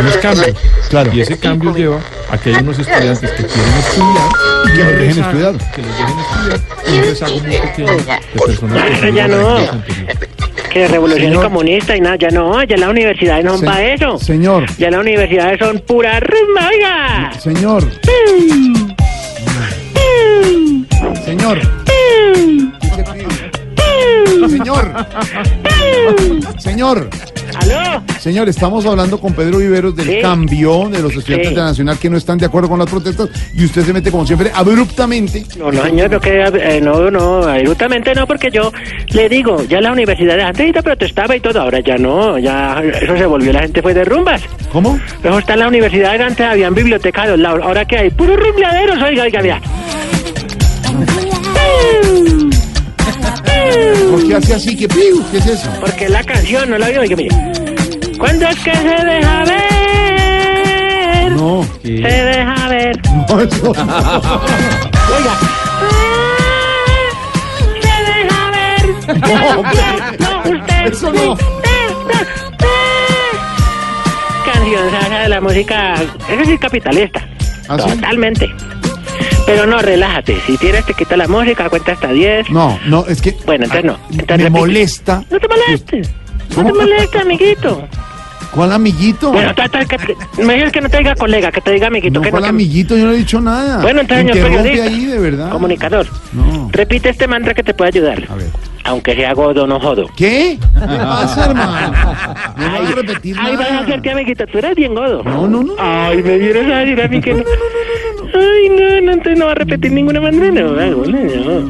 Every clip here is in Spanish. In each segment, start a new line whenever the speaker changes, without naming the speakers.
unos cambios. Claro. Y ese cambio lleva a que hay unos estudiantes que quieren estudiar y
Que los
les
dejen
hago-
estudiar.
Que los dejen estudiar. Y un rezago muy pequeño de personas que
Eso
son de
ya no.
los anteriores.
Que revolución
Señor.
comunista y nada, ya no, ya las universidades no son
Se-
para eso.
señor.
Ya las universidades son pura rumba, oiga.
Señor, señor. Le pido. Señor, señor,
¿Aló?
señor, estamos hablando con Pedro Viveros del
Sí.
cambio de los estudiantes
Sí.
de la Nacional que no están de acuerdo con las protestas y usted se mete como siempre abruptamente.
No, no, señor, no, que, eh, no, no, absolutamente no, porque yo le digo, ya las universidades antes ya protestaba y todo, ahora ya no, ya eso se volvió, la gente fue de rumbas.
¿Cómo?
Eso está en las universidades, antes habían bibliotecas a los lados, ahora que hay puros rumbladeros, oiga, oiga, vea.
¿Por qué hace así? ¿Qué, piu? ¿Qué es eso?
Porque la canción no la vio, oiga, mire. ¿Cuándo es que se deja ver?
No,
Se deja ver.
no, eso no.
Oiga. Se deja ver.
No, hombre.
No, usted.
Eso no.
Canción salsa de la música, es decir, capitalista.
¿Ah, sí?
Totalmente. Pero no, relájate. Si tienes, te quita la música, cuenta hasta 10.
No, no, es que ah,
Bueno, entonces no. Entonces
me
repite.
molesta.
No te molestes. No te
¿Cómo?
molestes, amiguito.
¿Cuál amiguito?
Bueno, ta- ta- que- mejor que no te diga colega, que te diga amiguito.
No,
que
¿cuál
que-
amiguito? Yo no he dicho nada.
Bueno, entonces, señor
Interrumpe
periodista,
ahí, de verdad.
comunicador,
No.
repite este mantra que te puede ayudar.
A ver.
Aunque sea godo, no jodo.
¿Qué? ¿Qué pasa, hermano? No voy a repetir
Ay, vas a hacerte
nada.
amiguito, tú eres bien godo.
No, no, no. no.
Ay, me vienes a decir a mí que no. Ay, no, no, entonces no va a repetir ninguna manera. No, ay, bueno,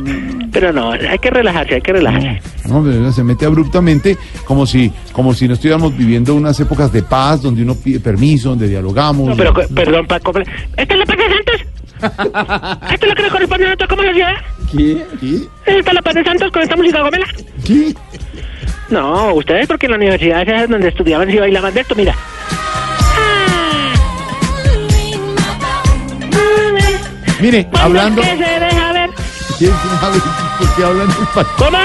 no. Pero no, hay que relajarse, hay que relajarse.
No, pero se mete abruptamente como si, como si no estuviéramos viviendo unas épocas de paz donde uno pide permiso, donde dialogamos.
No, pero co- perdón, Paco. pero- ¿Esto es la paz de Santos? ¿Esto es lo que nos corresponde a nosotros como sociedad?
¿Qué?
¿Esta es la paz de Santos con esta música gomela?
¿Qué?
No, ustedes porque en la universidad esa es donde estudiaban y bailaban de esto, mira.
Mire, hablando.
¿Qué se deja ver?
¿Quién sabe por qué hablan del país?
¿Cómo?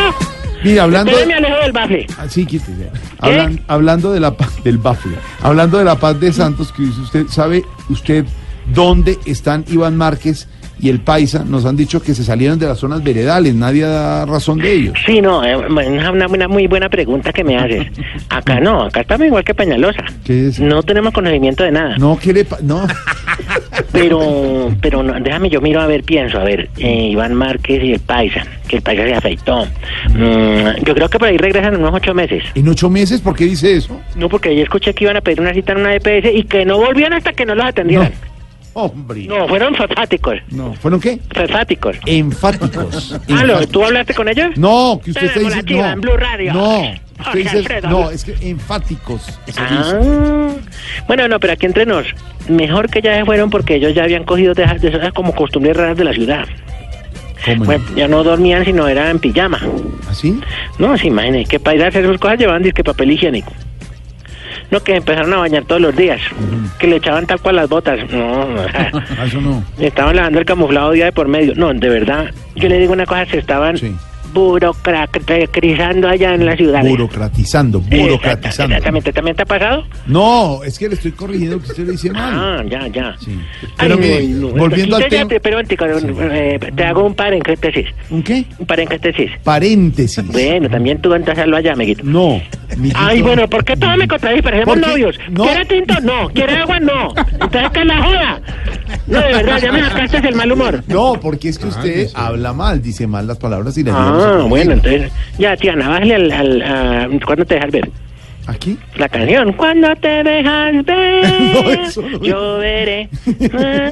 Mire, hablando.
Pero me alejo del bafle.
Ah, Sí, quítese. Hablan- hablando de la paz del bafle, hablando de la paz de Santos, que dice usted, ¿sabe usted dónde están Iván Márquez y el Paisa? Nos han dicho que se salieron de las zonas veredales, nadie da razón de ellos.
Sí, no, eh, una, una- una muy buena pregunta que me haces. Acá no, acá estamos igual que Peñalosa.
¿Qué es?
No tenemos conocimiento de nada.
No, ¿qué le pa- No,
Pero, pero no, déjame, yo miro a ver, pienso, a ver, eh, Iván Márquez y el Paisa, que el Paisa se afeitó. Mm, yo creo que por ahí regresan en unos ocho meses.
en ocho meses, ¿por qué dice eso?
No, porque yo escuché que iban a pedir una cita en una EPS y que no volvían hasta que no los
No,
atendieran.
hombre.
No, fueron fafáticos,
No, ¿fueron qué?
fafáticos.
Enfáticos.
Aló,
enfáticos.
¿tú hablaste con ellos?
No, que usted
Te
está
dejo la
diciendo.
chiva
no,
en Blue Radio.
No,
Jorge
usted dice-
Alfredo.
no, es que enfáticos. se dice.
Ah, bueno, no, pero aquí entre nos, mejor que ya se fueron porque ellos ya habían cogido de esas, de esas como costumbres raras de la ciudad.
¿Cómo no?
Bueno, ya no dormían, sino eran en pijama.
¿Así?
No, se imaginen, que para ir a hacer sus cosas llevaban disque papel higiénico. No, que empezaron a bañar todos los días, que le echaban tal cual las botas. No,
Ah, Eso no.
le estaban lavando el camuflado día de por medio. No, de verdad, yo le digo una cosa, se estaban
Sí.
burocratizando allá en la ciudad.
Burocratizando, burocratizando.
Eh, Exactamente, ¿también te ha pasado?
No, es que le estoy corrigiendo que usted le dice mal.
Ah, ya, ya.
Sí. Pero mire, volviendo al tema.
Pero, eh, te hago un paréntesis.
¿Un qué?
Un paréntesis.
Paréntesis.
Bueno, también tú entras a lo allá, amiguito.
No. mijito.
Ay, bueno, ¿por qué todos me contradicen? Parecemos
¿Por qué?
novios.
No.
¿Quiere tinto? No. ¿Quiere agua? No. Entonces, ¿qué es la joda? No, de verdad, ya me sacaste el mal humor.
No, porque es que usted habla mal, dice mal las palabras y las
Ah, bueno, entonces. Ya, Tiana, bájale al. al a- ¿Cuándo te dejas ver?
¿Aquí?
La canción. ¿Cuándo te dejas ver?
No, eso no.
Yo veré.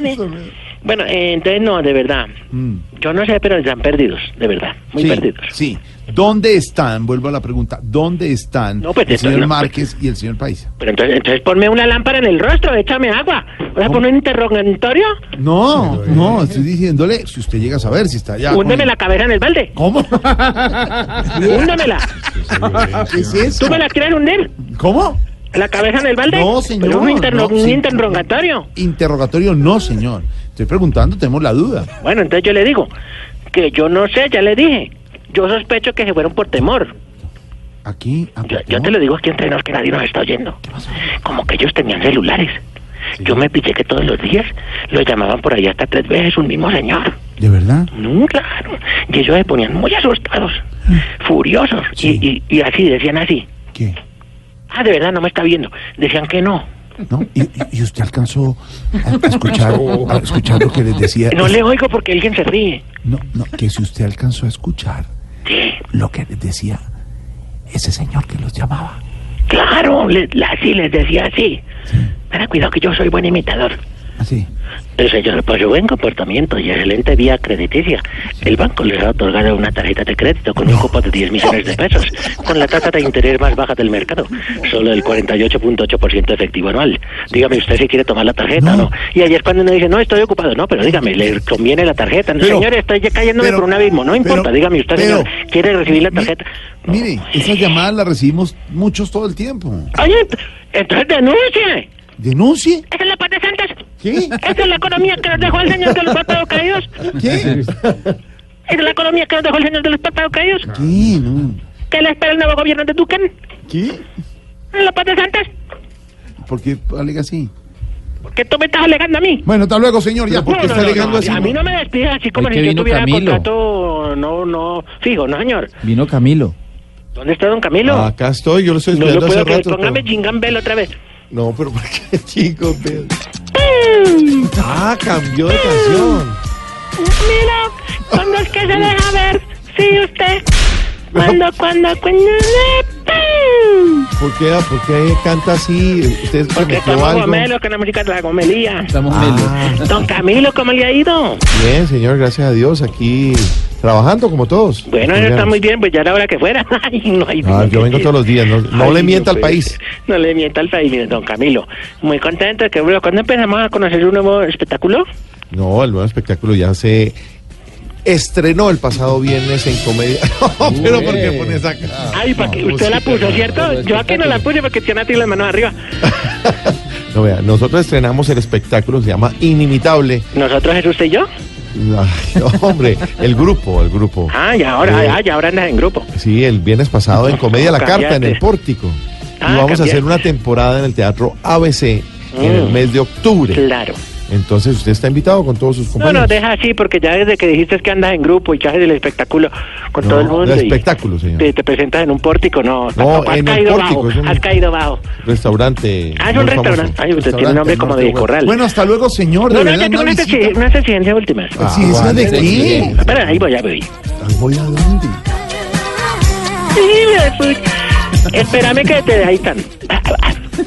Eso no.
Bueno, eh, entonces no, de verdad.
Mm.
Yo no sé, pero están perdidos, de verdad. Muy
sí,
perdidos.
Sí. ¿Dónde están? Vuelvo a la pregunta. ¿Dónde están
No, pues,
el
esto
señor
no, pues-
Márquez y el señor Paisa?
Pero entonces, entonces ponme una lámpara en el rostro, échame agua. ¿Vas a poner un interrogatorio?
No, no, estoy diciéndole si usted llega a saber si está allá.
Húndeme la cabeza en el balde.
¿Cómo? Ah,
Húndemela.
¿Qué es eso?
¿Tú me la quieres hundir?
¿Cómo?
¿La cabeza en el balde?
No, señor,
Pero un, interro-
no,
un
sí.
interrogatorio.
Interrogatorio no, señor. Estoy preguntando, tenemos la duda.
Bueno, entonces yo le digo que yo no sé, ya le dije. Yo sospecho que se fueron por temor.
Aquí, ah, a
Yo, yo
Portimón.
te lo digo aquí entre nos que nadie nos está oyendo. Como que ellos tenían celulares. Yo me pillé que todos los días los llamaban por ahí hasta tres veces un mismo señor.
¿De verdad?
No, claro. Y ellos se ponían muy asustados, furiosos. y-
Sí.
Y, y así, decían así.
¿Qué?
Ah, de verdad, no me está viendo. Decían que no.
¿No? ¿Y, y- y usted alcanzó a escuchar, a escuchar lo que les decía?
No le oigo porque alguien se ríe.
No, no, que si usted alcanzó a escuchar
Sí,
lo que les decía ese señor que los llamaba.
claro, le- la- sí, les decía así. Pero cuidado que yo soy buen imitador.
Así.
El señor por su buen comportamiento y excelente vía crediticia, el banco les ha otorgado una tarjeta de crédito con un cupo de 10 millones de pesos, con la tasa de interés más baja del mercado, solo el 48.8% efectivo anual. Dígame usted si quiere tomar la tarjeta
No.
o no. Y ayer cuando uno dice, no, estoy ocupado, no, pero dígame, ¿le conviene la tarjeta?
Pero-
señor, estoy ya cayéndome
pero-
por un abismo, no importa,
pero-
dígame usted, señor,
pero-
¿quiere recibir la tarjeta? No.
Mire, esas llamadas las recibimos muchos todo el tiempo.
Oye, ent- entonces denuncie.
¿Denuncie?
Esa es la parte de Santos.
¿Qué?
Esa es la economía que nos dejó el señor de los patados caídos.
¿Qué?
Esa es la economía que nos dejó el señor de los patados caídos.
¿Qué? No.
¿Qué le espera el nuevo gobierno de Duque?
¿Qué?
¿En la paz de Santas?
¿Por qué alega así?
¿Que tú me estás alegando a mí?
Bueno, hasta luego, señor, ya, porque está alegando así.
a mí no me despidas así como
Hoy
si
que
yo
vino
tuviera
Camilo.
contrato no, no, fijo, no señor.
Vino Camilo.
¿Dónde está don Camilo?
Ah,
Acá estoy, yo lo estoy
no lo
esperando hace
puedo creer,
rato.
póngame
pero-
Jingambel otra vez.
No, pero ¿por qué, chicos? Pero- Ah, cambió de canción.
Mira, cuando es que se deja ver, sí usted. Cuando, cuando, cuando...
¿Por qué, por qué canta así? ¿Usted se
Porque
metió
estamos
algo?
gomelos, que la música de la gomelía.
Estamos
Ah,
Don Camilo, ¿cómo le ha ido?
bien, señor, gracias a Dios, aquí trabajando como todos.
Bueno,
Oigan,
está muy bien, pues ya era hora que fuera. Ay, no hay
Ah, yo vengo todos los días, no, no
Ay, eh,
le mienta
no
al
puede
país.
ser. No le mienta al país, mire, don Camilo. Muy contento que, bueno, ¿cuándo empezamos a conocer un nuevo espectáculo?
No, el nuevo espectáculo ya se estrenó el pasado viernes en comedia. No, pero ¿por qué pone esa cara?
Ay, para que usted la puso, ¿cierto? Yo aquí no la puse porque tiene a ti las manos arriba.
No, vea, nosotros estrenamos el espectáculo, se llama Inimitable.
¿Nosotros es usted y yo?
Ay, hombre, el grupo, el grupo.
Ah, y ahora,
Eh.
ah, ya ahora andas en grupo.
Sí, el viernes pasado en Comedia La Carta, en el Pórtico.
Ah,
y vamos a hacer
cambiaste.
una temporada en el Teatro ABC en el
Mm.
mes de octubre.
Claro.
Entonces usted está invitado con todos sus
No,
compañeros.
no, deja así, porque ya desde que dijiste que andas en grupo y que haces el espectáculo con
No,
todo el mundo.
el
y
espectáculo, señor.
Te, te presentas en un pórtico, no. tampoco, has
en el
caído
pórtico, es
bajo,
un-
has caído bajo.
Restaurante.
Ah, es
muy
un
famoso.
restaurante. Ay, usted tiene
Restaurante,
nombre como de
norte,
corral.
Bueno, hasta luego, señor.
no,
De
no,
verdad,
yo tengo
una
unas
visita.
exi- unas exigencias últimas.
Ah,
¿Sí, esa de
vale.
qué?
Espera, ahí voy, ya voy.
Ay, ¿Voy a dónde?
Espérame que te ahí están.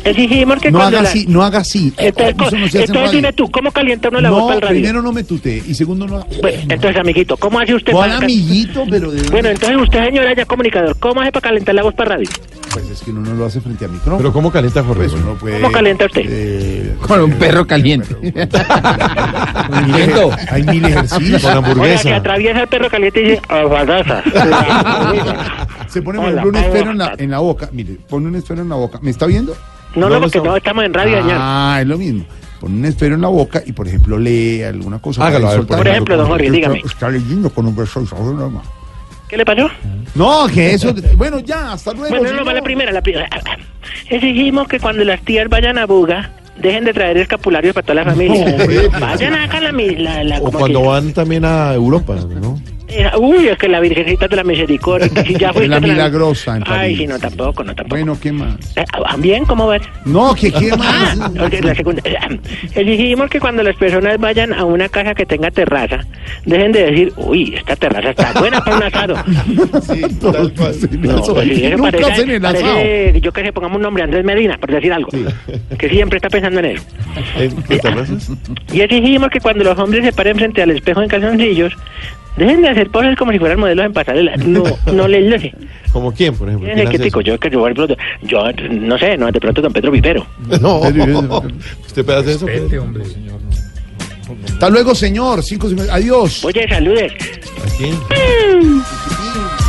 Exigimos que
No
cuando
haga
la...
así, no haga así.
Entonces, co-
Eso no se hace en
entonces
radio.
dime tú, ¿cómo calienta uno la voz para
No,
el radio?
primero no me tutee y segundo no.
Pues, entonces, amiguito, ¿cómo hace usted
¿Cuál
para... ca-
amiguito? Pero de
Bueno, entonces usted, señora, ya comunicador, ¿cómo hace para calentar la voz para radio?
Pues es que uno no lo hace frente a micrófono.
Pero ¿cómo calienta Jorge?
Pues uno puede-
¿Cómo calienta usted?
eh,
Con un perro caliente.
hay mil- Hay mil ejercicios.
Con
Oiga, que
hamburguesa.
atraviesa el perro caliente y dice, "Oh, "Abadaza".
Se pone, por
Hola,
ejemplo, un
hola.
esfero en la, en la boca. Mire, pone un esfero en la boca. ¿Me está viendo?
No,
No
no,
lo
porque
sabe.
no, estamos en radio, señor.
Ah, es lo mismo. Pone un esfero en la boca y, por ejemplo, lee alguna cosa.
Hágalo,
para
a ver, por
soltar.
ejemplo, don Jorge, dígame.
Está leyendo con un verso. y sabe nada más.
¿Qué le pasó?
No, que eso. Bueno, ya, hasta luego.
Bueno, no,
señor.
va la primera, la primera. Exigimos que cuando las tías vayan a Buga, dejen de traer escapularios para toda la familia.
hombre.
vayan acá la, mi- la, la
O
como
cuando
si-
van también a Europa, ¿no?
Eh, Uy, es que la Virgencita de la Misericordia, que si ya fuiste
La
a tra-
milagrosa en
Ay,
París.
sí, no, tampoco, no, tampoco.
Bueno, ¿qué más?
Eh, ah, Bien, ¿cómo vas?
No, que qué más.
Ah, ok, la segunda. Exigimos que cuando las personas vayan a una casa que tenga terraza, dejen de decir, uy, esta terraza está buena para un asado.
Sí, tal cual.
No, pues sí, eso
Nunca
parece-
hacen el asado.
parece- yo que sé, pongamos un nombre, Andrés Medina, por decir algo. Que siempre está pensando en eso.
¿En qué terrazas?
Y exigimos que cuando los hombres se paren frente al espejo en calzoncillos, Dejen de hacer poses como si fueran modelos en pasarela. No, no les luce.
¿Como quién, por ejemplo?
Miren
¿Quién
el que
hace
tico, yo que yo, por ejemplo, yo no sé, no de pronto don Pedro Vivero.
eso? No, ¿usted puede hacer eso?
hombre, señor.
Hasta luego, señor. Cinco, cinco- adiós.
Oye, saludes.
¿A quién?